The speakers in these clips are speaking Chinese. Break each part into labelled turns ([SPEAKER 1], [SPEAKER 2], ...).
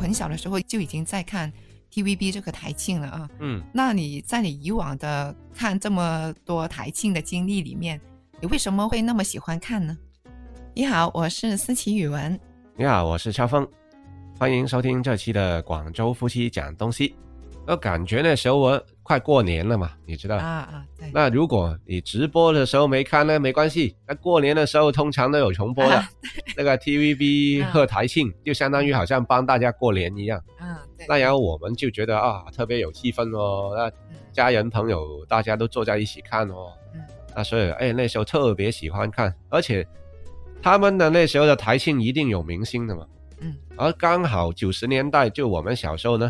[SPEAKER 1] 很小的时候就已经在看 TVB 这个台庆了啊。
[SPEAKER 2] 嗯，
[SPEAKER 1] 那你在你以往的看这么多台庆的经历里面，你为什么会那么喜欢看呢？你好，我是思琪语文。
[SPEAKER 2] 你好，我是超峰，欢迎收听这期的广州夫妻讲东西。那感觉那时候我快过年了嘛，你知道
[SPEAKER 1] 啊。啊，对，
[SPEAKER 2] 那如果你直播的时候没看呢，没关系。那过年的时候通常都有重播的，
[SPEAKER 1] 啊
[SPEAKER 2] 那个 TVB
[SPEAKER 1] 啊
[SPEAKER 2] 贺台庆就相当于好像帮大家过年一样。
[SPEAKER 1] 啊，对，
[SPEAKER 2] 那然后我们就觉得啊，特别有气氛哦。那
[SPEAKER 1] 嗯
[SPEAKER 2] 家人朋友大家都坐在一起看哦。
[SPEAKER 1] 嗯
[SPEAKER 2] 那所以哎，那时候特别喜欢看，而且他们的那时候的台庆一定有明星的嘛。
[SPEAKER 1] 嗯，
[SPEAKER 2] 而刚好九十年代就我们小时候呢，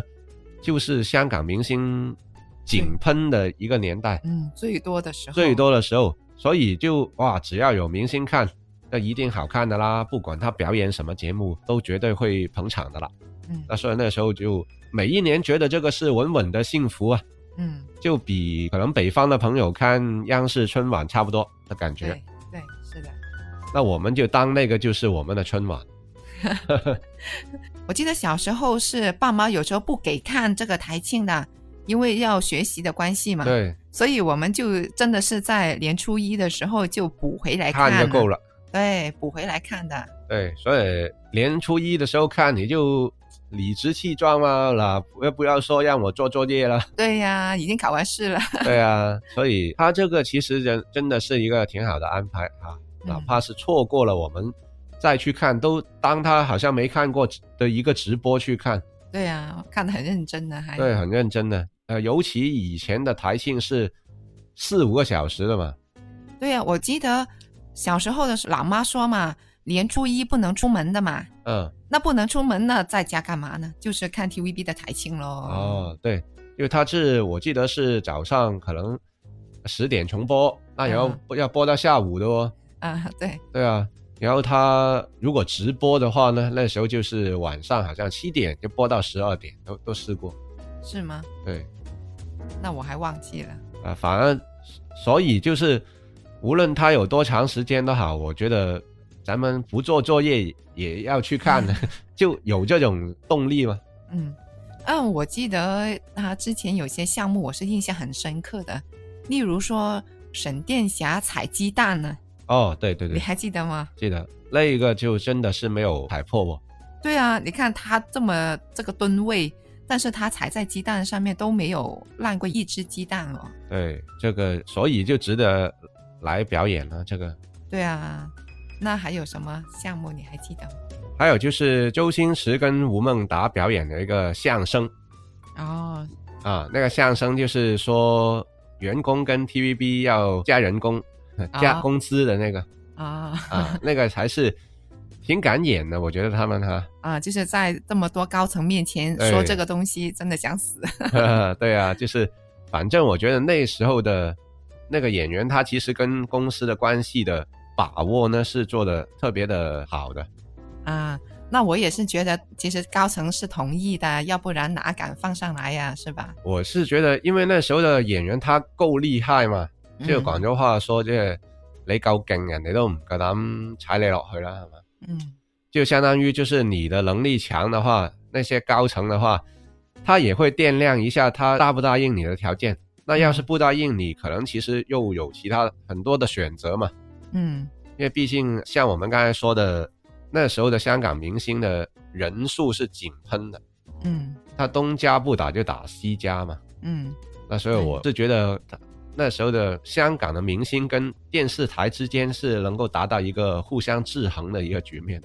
[SPEAKER 2] 就是香港明星井喷的一个年代，
[SPEAKER 1] 嗯，最多的时候，
[SPEAKER 2] 最多的时候，所以就哇，只要有明星看。那一定好看的啦，不管他表演什么节目，都绝对会捧场的啦。
[SPEAKER 1] 嗯
[SPEAKER 2] 那所以那时候就每一年觉得这个是稳稳的幸福啊，
[SPEAKER 1] 嗯，
[SPEAKER 2] 就比可能北方的朋友看央视春晚差不多的感觉
[SPEAKER 1] 对。对，是的。
[SPEAKER 2] 那我们就当那个就是我们的春晚。
[SPEAKER 1] 我记得小时候是爸妈有时候不给看这个台庆的，因为要学习的关系嘛，
[SPEAKER 2] 对，
[SPEAKER 1] 所以我们就真的是在年初一的时候就补回来
[SPEAKER 2] 看就够
[SPEAKER 1] 了，
[SPEAKER 2] 了。
[SPEAKER 1] 对，补回来看的，
[SPEAKER 2] 对，所以年初一的时候看你就理直气壮啦，啦，不要不要说让我做作业 了。
[SPEAKER 1] 对呀、已经考完试了，
[SPEAKER 2] 对啊，所以他这个其实人真的是一个挺好的安排啊，哪
[SPEAKER 1] 嗯
[SPEAKER 2] 怕是错过了我们再去看，都当他好像没看过的一个直播去看。
[SPEAKER 1] 对呀、看得很认真呢，还
[SPEAKER 2] 对，啊很认真的。呃，尤其以前的台庆是四五个小时的嘛，
[SPEAKER 1] 对呀、我记得小时候的时候老妈说嘛，年初一不能出门的嘛，
[SPEAKER 2] 嗯，
[SPEAKER 1] 那不能出门呢，在家干嘛呢？就是看 TVB 的台庆喽。
[SPEAKER 2] 哦，对，因为它是我记得是早上可能十点重播，那然后
[SPEAKER 1] 嗯
[SPEAKER 2] 要播到下午的哦，
[SPEAKER 1] 啊，对，
[SPEAKER 2] 对啊，然后它如果直播的话呢，那时候就是晚上好像七点就播到十二点，都都试过，
[SPEAKER 1] 是吗？
[SPEAKER 2] 对，
[SPEAKER 1] 那我还忘记了。
[SPEAKER 2] 啊，反而所以就是无论它有多长时间都好，我觉得咱们不做作业也要 去看，就有这种动力嘛。
[SPEAKER 1] 嗯，嗯，我记得他之前有些项目我是印象很深刻的，例如说沈殿霞踩鸡蛋呢，
[SPEAKER 2] 哦，对对
[SPEAKER 1] 你
[SPEAKER 2] 对，
[SPEAKER 1] 还记得吗？
[SPEAKER 2] 记得那个就真的是没有踩破哦。
[SPEAKER 1] 对啊，你看他这么这个吨位，但是他踩在鸡蛋上面都没有烂过一只鸡蛋哦。
[SPEAKER 2] 对，这个所以就值得来表演了。这个
[SPEAKER 1] 对啊，那还有什么项目你还记得吗？
[SPEAKER 2] 还有就是周星驰跟吴孟达表演的一个相声
[SPEAKER 1] 哦，
[SPEAKER 2] 啊，那个相声就是说员工跟 TVB 要加人工、 加
[SPEAKER 1] 哦
[SPEAKER 2] 工资的那个。
[SPEAKER 1] 啊
[SPEAKER 2] 啊，那个才是挺敢演的，我觉得他们哈、
[SPEAKER 1] 啊，就是在这么多高层面前
[SPEAKER 2] 对
[SPEAKER 1] 说这个东西，真的想死。
[SPEAKER 2] 对啊，就是反正我觉得那时候的那个演员，他其实跟公司的关系的把握呢是做的特别的好的，
[SPEAKER 1] 啊，那我也是觉得，其实高层是同意的，要不然哪敢放上来呀、是吧？
[SPEAKER 2] 我是觉得，因为那时候的演员他够厉害嘛，
[SPEAKER 1] 嗯
[SPEAKER 2] 即係廣州話說，即係你夠勁，人哋都唔夠膽踩你落去啦，係嘛？
[SPEAKER 1] 嗯
[SPEAKER 2] 就相當於就是你的能力強的話，那些高層的話，他也會掂量一下他答不答應你的條件。那要
[SPEAKER 1] 嗯
[SPEAKER 2] 是不答應你，可能其實又有其他很多的選擇嘛。
[SPEAKER 1] 嗯
[SPEAKER 2] 因为畢竟像我們剛才說的，那時候的香港明星的人數是井噴的，
[SPEAKER 1] 嗯
[SPEAKER 2] 他東家不打就打西家嘛。
[SPEAKER 1] 嗯
[SPEAKER 2] 那所以
[SPEAKER 1] 对
[SPEAKER 2] 我是觉得他那时候的香港的明星跟电视台之间是能够达到一个互相制衡的一个局面。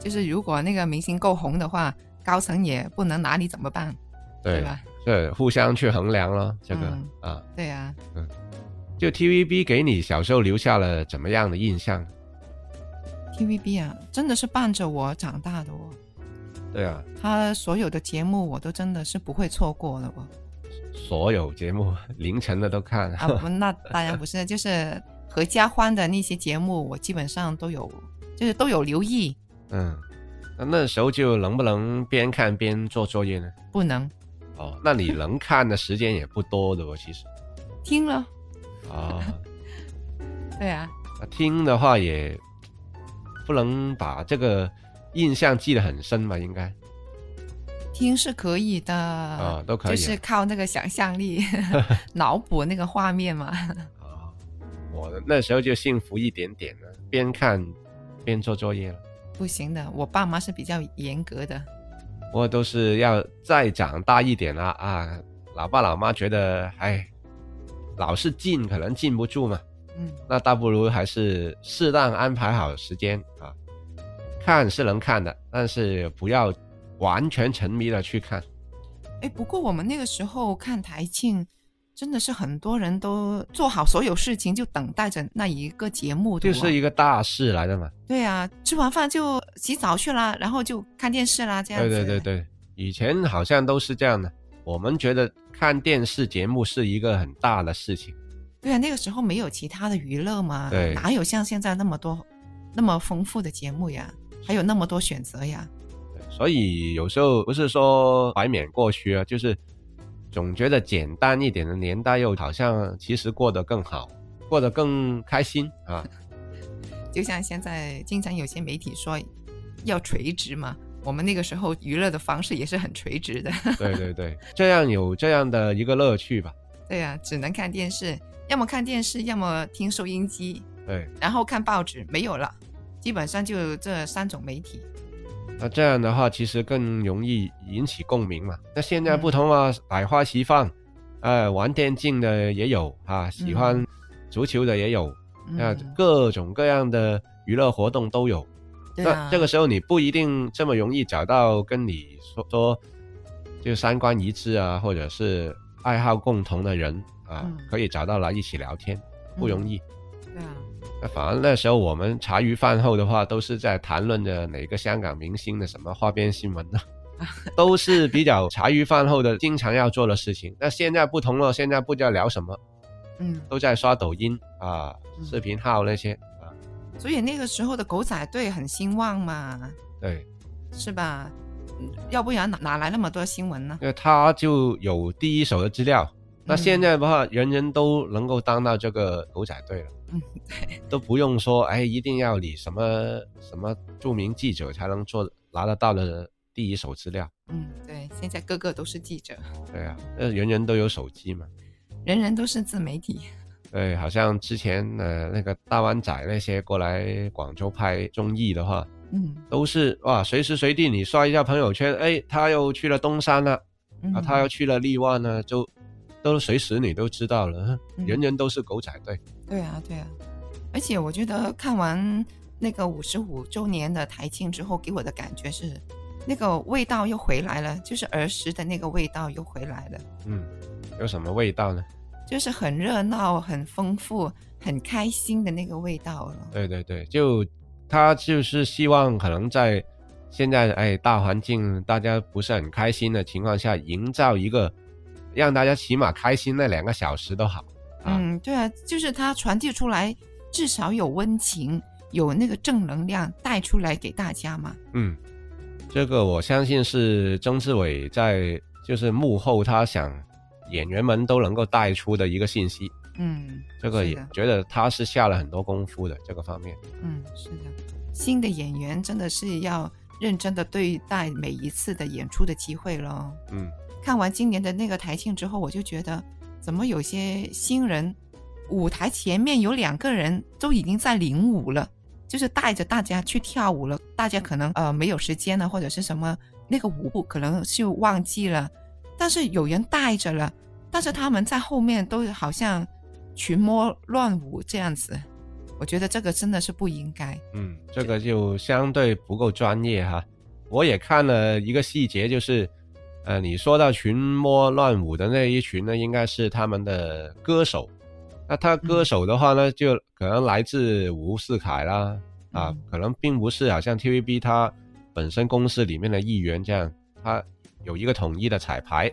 [SPEAKER 1] 就是如果那个明星够红的话，高层也不能拿你怎么办，
[SPEAKER 2] 对
[SPEAKER 1] 吧？
[SPEAKER 2] 对，互相去衡量了这个、
[SPEAKER 1] 嗯
[SPEAKER 2] 啊，
[SPEAKER 1] 对呀、
[SPEAKER 2] 就 TVB 给你小时候留下了怎么样的印象？
[SPEAKER 1] t v b 啊，真的是伴着我长大的哦，
[SPEAKER 2] 对啊，
[SPEAKER 1] 他所有的节目我都真的是不会错过的哦。
[SPEAKER 2] 所有节目凌晨的都看，
[SPEAKER 1] 啊，不，那当然不是，就是合家欢的那些节目，我基本上都有，就是都有留意，
[SPEAKER 2] 嗯，那那时候就能不能边看边做作业呢？
[SPEAKER 1] 不能
[SPEAKER 2] 哦，那你能看的时间也不多的哦，其实
[SPEAKER 1] 听了，哦
[SPEAKER 2] 啊。
[SPEAKER 1] 对啊。
[SPEAKER 2] 那听的话也不能把这个印象记得很深吧？应该
[SPEAKER 1] 听是可以的，
[SPEAKER 2] 啊、都可以、啊。
[SPEAKER 1] 就是靠那个想象 力脑补那个画面嘛。
[SPEAKER 2] 啊，我那时候就幸福一点点了，边看边做作业了。
[SPEAKER 1] 不行的，我爸妈是比较严格的。
[SPEAKER 2] 不过都是要再长大一点了啊，老爸老妈觉得，哎，老是禁可能禁不住嘛，
[SPEAKER 1] 嗯，
[SPEAKER 2] 那倒不如还是适当安排好时间啊，看是能看的，但是不要完全沉迷的去看。
[SPEAKER 1] 哎，不过我们那个时候看台庆，真的是很多人都做好所有事情，就等待着那一个节目，
[SPEAKER 2] 就
[SPEAKER 1] 对吧
[SPEAKER 2] 是一个大事来的嘛。
[SPEAKER 1] 对啊，吃完饭就洗澡去啦，然后就看电视啦，这样
[SPEAKER 2] 对
[SPEAKER 1] 子。
[SPEAKER 2] 对对对，以前好像都是这样的。我们觉得看电视节目是一个很大的事情，
[SPEAKER 1] 对啊，那个时候没有其他的娱乐嘛，
[SPEAKER 2] 对
[SPEAKER 1] 哪有像现在那么多、那么丰富的节目呀，还有那么多选择呀？
[SPEAKER 2] 对所以有时候不是说怀缅过去啊，就是总觉得简单一点的年代又好像其实过得更好，过得更开心 啊。
[SPEAKER 1] 就像现在经常有些媒体说要垂直嘛，我们那个时候娱乐的方式也是很垂直的。
[SPEAKER 2] 对对对，这样有这样的一个乐趣吧。
[SPEAKER 1] 对啊，只能看电视，要么看电视，要么听收音机，
[SPEAKER 2] 对，
[SPEAKER 1] 然后看报纸，没有了，基本上就这三种媒体。
[SPEAKER 2] 那这样的话，其实更容易引起共鸣嘛。那现在
[SPEAKER 1] 嗯
[SPEAKER 2] 不同啊，百花齐放，呃，玩电竞的也有啊，喜欢足球的也有，那、
[SPEAKER 1] 嗯，
[SPEAKER 2] 各种各样的娱乐活动都有。
[SPEAKER 1] 对啊
[SPEAKER 2] 那，这个时候你不一定这么容易找到跟你说说就三观一致啊，或者是爱好共同的人啊，
[SPEAKER 1] 嗯
[SPEAKER 2] 可以找到来一起聊天，不容易。
[SPEAKER 1] 对啊，
[SPEAKER 2] 那反而那时候我们茶余饭后的话，都是在谈论着哪个香港明星的什么花边新闻 呢、
[SPEAKER 1] 啊
[SPEAKER 2] 都是比较茶余饭后的经常要做的事情。那现在不同了，现在不知道聊什么，
[SPEAKER 1] 嗯，
[SPEAKER 2] 都在刷抖音啊、
[SPEAKER 1] 嗯
[SPEAKER 2] 视频号那些啊。
[SPEAKER 1] 所以那个时候的狗仔队很兴旺嘛，
[SPEAKER 2] 对，
[SPEAKER 1] 是吧？嗯要不然哪哪来那么多新闻呢？
[SPEAKER 2] 因为他就有第一手的资料。那现在的话，人人都能够当到这个狗仔队了，
[SPEAKER 1] 嗯，
[SPEAKER 2] 都不用说，哎，一定要你什么什么著名记者才能做拿得到的第一手资料。
[SPEAKER 1] 嗯，对，现在个个都是记者，
[SPEAKER 2] 对啊，呃，人人都有手机嘛。
[SPEAKER 1] 人人都是自媒体。
[SPEAKER 2] 对，好像之前呃那个大湾仔那些过来广州拍综艺的话，
[SPEAKER 1] 嗯，
[SPEAKER 2] 都是哇，随时随地你刷一下朋友圈，哎，他又去了东山了，
[SPEAKER 1] 嗯
[SPEAKER 2] 啊，他又去了荔湾了，就都随时你都知道了，
[SPEAKER 1] 嗯
[SPEAKER 2] 人人都是狗仔队。
[SPEAKER 1] 对啊，对啊。而且我觉得看完那个五十五周年的台庆之后，给我的感觉是，那个味道又回来了，就是儿时的那个味道又回来了，
[SPEAKER 2] 嗯，有什么味道呢？
[SPEAKER 1] 就是很热闹、很丰富、很开心的那个味道了。
[SPEAKER 2] 对对对，就他就是希望可能在现在哎大环境大家不是很开心的情况下，营造一个让大家起码开心那两个小时都好啊。
[SPEAKER 1] 嗯，对啊，就是它传递出来，至少有温情，有那个正能量带出来给大家嘛。
[SPEAKER 2] 嗯，这个我相信是曾志伟在就是幕后他想演员们都能够带出的一个信息，
[SPEAKER 1] 嗯，
[SPEAKER 2] 这个
[SPEAKER 1] 是
[SPEAKER 2] 也
[SPEAKER 1] 的
[SPEAKER 2] 觉得他是下了很多功夫的这个方面。
[SPEAKER 1] 嗯，是的，新的演员真的是要认真的对待每一次的演出的机会咯。
[SPEAKER 2] 嗯，
[SPEAKER 1] 看完今年的那个台庆之后，我就觉得怎么有些新人舞台前面有两个人都已经在领舞了，就是带着大家去跳舞了。大家可能呃没有时间了，或者是什么那个舞步可能就忘记了，但是有人带着了，但是他们在后面都好像群魔乱舞这样子。我觉得这个真的是不应该。
[SPEAKER 2] 嗯，这个就相对不够专业哈。我也看了一个细节，就是，呃，你说到群魔乱舞的那一群呢，应该是他们的歌手。那他歌手的话呢，就可能来自吴世凯啦，啊
[SPEAKER 1] 嗯，
[SPEAKER 2] 可能并不是好啊像 TVB 他本身公司里面的艺员这样，他有一个统一的彩排，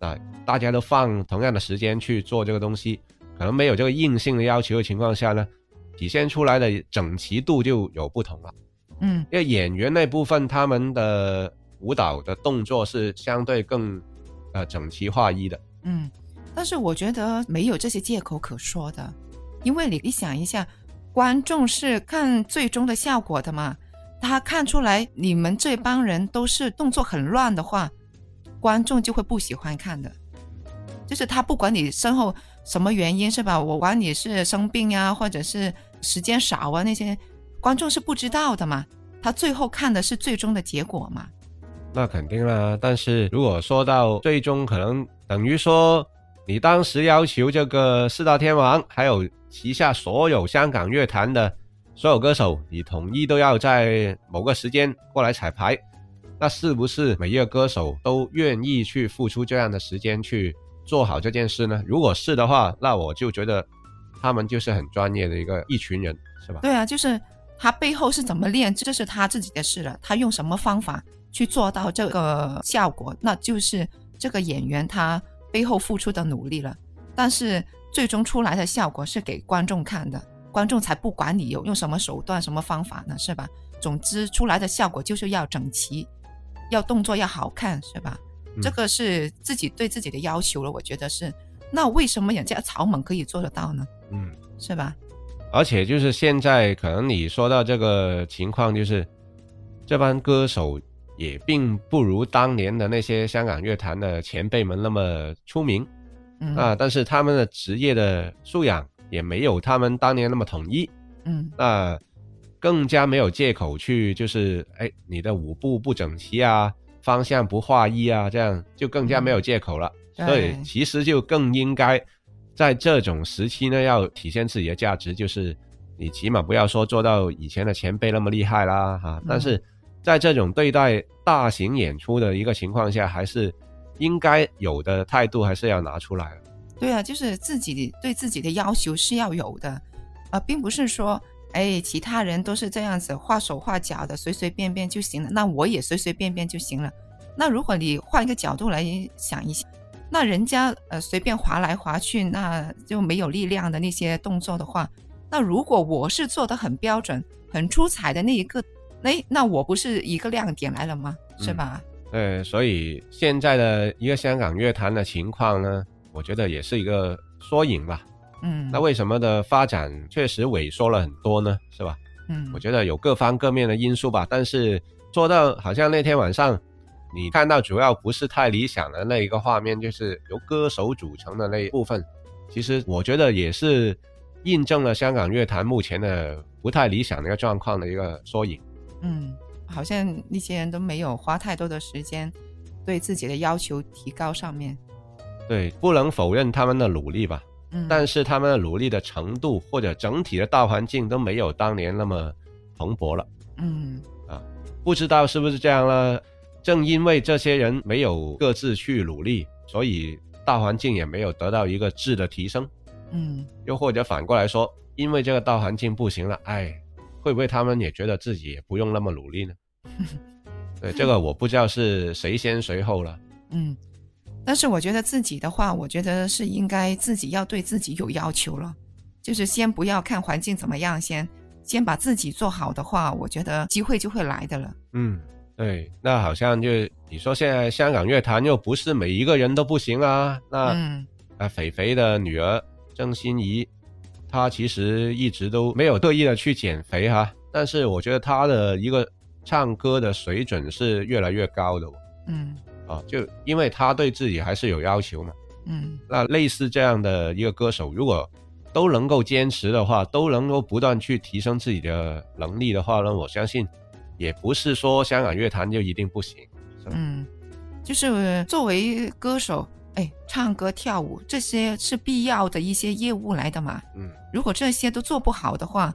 [SPEAKER 2] 啊，大家都放同样的时间去做这个东西，可能没有这个硬性的要求的情况下呢，体现出来的整齐度就有不同了。
[SPEAKER 1] 嗯
[SPEAKER 2] 因为演员那部分，他们的舞蹈的动作是相对更呃整齐划一的。
[SPEAKER 1] 嗯，但是我觉得没有这些借口可说的，因为你你想一下，观众是看最终的效果的嘛，他看出来你们这帮人都是动作很乱的话，观众就会不喜欢看的。就是他不管你身后什么原因是吧？我管你是生病呀、或者是时间少啊那些，观众是不知道的嘛。他最后看的是最终的结果嘛。
[SPEAKER 2] 那肯定啦。但是如果说到最终，可能等于说你当时要求这个四大天王，还有旗下所有香港乐坛的所有歌手，你统一都要在某个时间过来彩排，那是不是每一个歌手都愿意去付出这样的时间去做好这件事呢？如果是的话，那我就觉得他们就是很专业的一个一群人，是吧？
[SPEAKER 1] 对啊，就是他背后是怎么练，这是他自己的事了。他用什么方法去做到这个效果，那就是这个演员他背后付出的努力了。但是最终出来的效果是给观众看的，观众才不管你有用什么手段、什么方法呢，是吧？总之出来的效果就是要整齐，要动作要好看，是吧？
[SPEAKER 2] 嗯
[SPEAKER 1] 这个是自己对自己的要求了，我觉得是。那为什么人家草蜢可以做得到呢？
[SPEAKER 2] 嗯。
[SPEAKER 1] 是吧？
[SPEAKER 2] 而且就是现在，可能你说到这个情况，就是这帮歌手也并不如当年的那些香港乐坛的前辈们那么出名
[SPEAKER 1] 嗯
[SPEAKER 2] 啊，但是他们的职业的素养也没有他们当年那么统一，
[SPEAKER 1] 嗯
[SPEAKER 2] 那更加没有借口去就是哎你的舞步不整齐啊，方向不划一啊，这样就更加没有借口了。
[SPEAKER 1] 对
[SPEAKER 2] 所以其实就更应该在这种时期呢，要体现自己的价值，就是你起码不要说做到以前的前辈那么厉害啦哈、
[SPEAKER 1] 嗯
[SPEAKER 2] 但是在这种对待大型演出的一个情况下，还是应该有的态度还是要拿出来的。
[SPEAKER 1] 对啊，就是自己对自己的要求是要有的，啊，并不是说，哎，其他人都是这样子画手画脚的，随随便便就行了，那我也随随便便就行了。那如果你换一个角度来想一下，那人家呃随便划来划去，那就没有力量的那些动作的话，那如果我是做的很标准、很出彩的那一个，哎，那我不是一个亮点来了吗？是
[SPEAKER 2] 嗯
[SPEAKER 1] 吧？
[SPEAKER 2] 呃，所以现在的一个香港乐坛的情况呢，我觉得也是一个缩影吧。
[SPEAKER 1] 嗯，
[SPEAKER 2] 那为什么的发展确实萎缩了很多呢？是吧？
[SPEAKER 1] 嗯，
[SPEAKER 2] 我觉得有各方各面的因素吧。但是说到好像那天晚上，你看到主要不是太理想的那一个画面，就是由歌手组成的那一部分，其实我觉得也是印证了香港乐坛目前的不太理想的一个状况的一个缩影。
[SPEAKER 1] 嗯，好像那些人都没有花太多的时间对自己的要求提高上面。
[SPEAKER 2] 对，不能否认他们的努力吧。
[SPEAKER 1] 嗯，
[SPEAKER 2] 但是他们的努力的程度或者整体的大环境都没有当年那么蓬勃了。
[SPEAKER 1] 嗯
[SPEAKER 2] 不知道是不是这样了？正因为这些人没有各自去努力，所以大环境也没有得到一个质的提升。
[SPEAKER 1] 嗯，
[SPEAKER 2] 又或者反过来说，因为这个大环境不行了，哎，会不会他们也觉得自己也不用那么努力呢？对，这个我不知道是谁先谁后了。
[SPEAKER 1] 嗯，但是我觉得自己的话，我觉得是应该自己要对自己有要求了，就是先不要看环境怎么样，先先把自己做好的话，我觉得机会就会来的了。
[SPEAKER 2] 嗯，对，那好像就你说现在香港乐坛又不是每一个人都不行啊，那、
[SPEAKER 1] 嗯
[SPEAKER 2] 啊，肥肥的女儿郑欣宜，她其实一直都没有特意的去减肥哈、但是我觉得她的一个唱歌的水准是越来越高的哦
[SPEAKER 1] 嗯
[SPEAKER 2] 啊，就因为她对自己还是有要求嘛。
[SPEAKER 1] 嗯
[SPEAKER 2] 那类似这样的一个歌手，如果都能够坚持的话，都能够不断去提升自己的能力的话呢，我相信也不是说香港乐坛就一定不行，是吧？
[SPEAKER 1] 嗯，就是作为歌手，哎，唱歌跳舞这些是必要的一些业务来的嘛。
[SPEAKER 2] 嗯
[SPEAKER 1] 如果这些都做不好的话，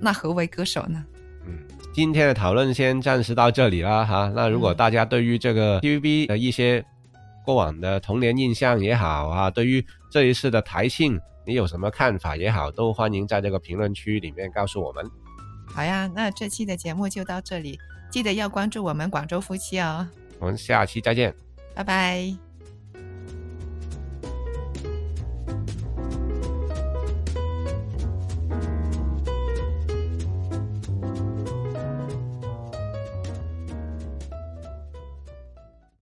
[SPEAKER 1] 那何为歌手呢？
[SPEAKER 2] 嗯，今天的讨论先暂时到这里啦哈。那如果
[SPEAKER 1] 嗯
[SPEAKER 2] 大家对于这个 TVB 的一些过往的童年印象也好啊，对于这一次的台庆你有什么看法也好，都欢迎在这个评论区里面告诉我们。
[SPEAKER 1] 好呀，那这期的节目就到这里，记得要关注我们广州夫妻哦，
[SPEAKER 2] 我们下期再见。
[SPEAKER 1] 拜拜。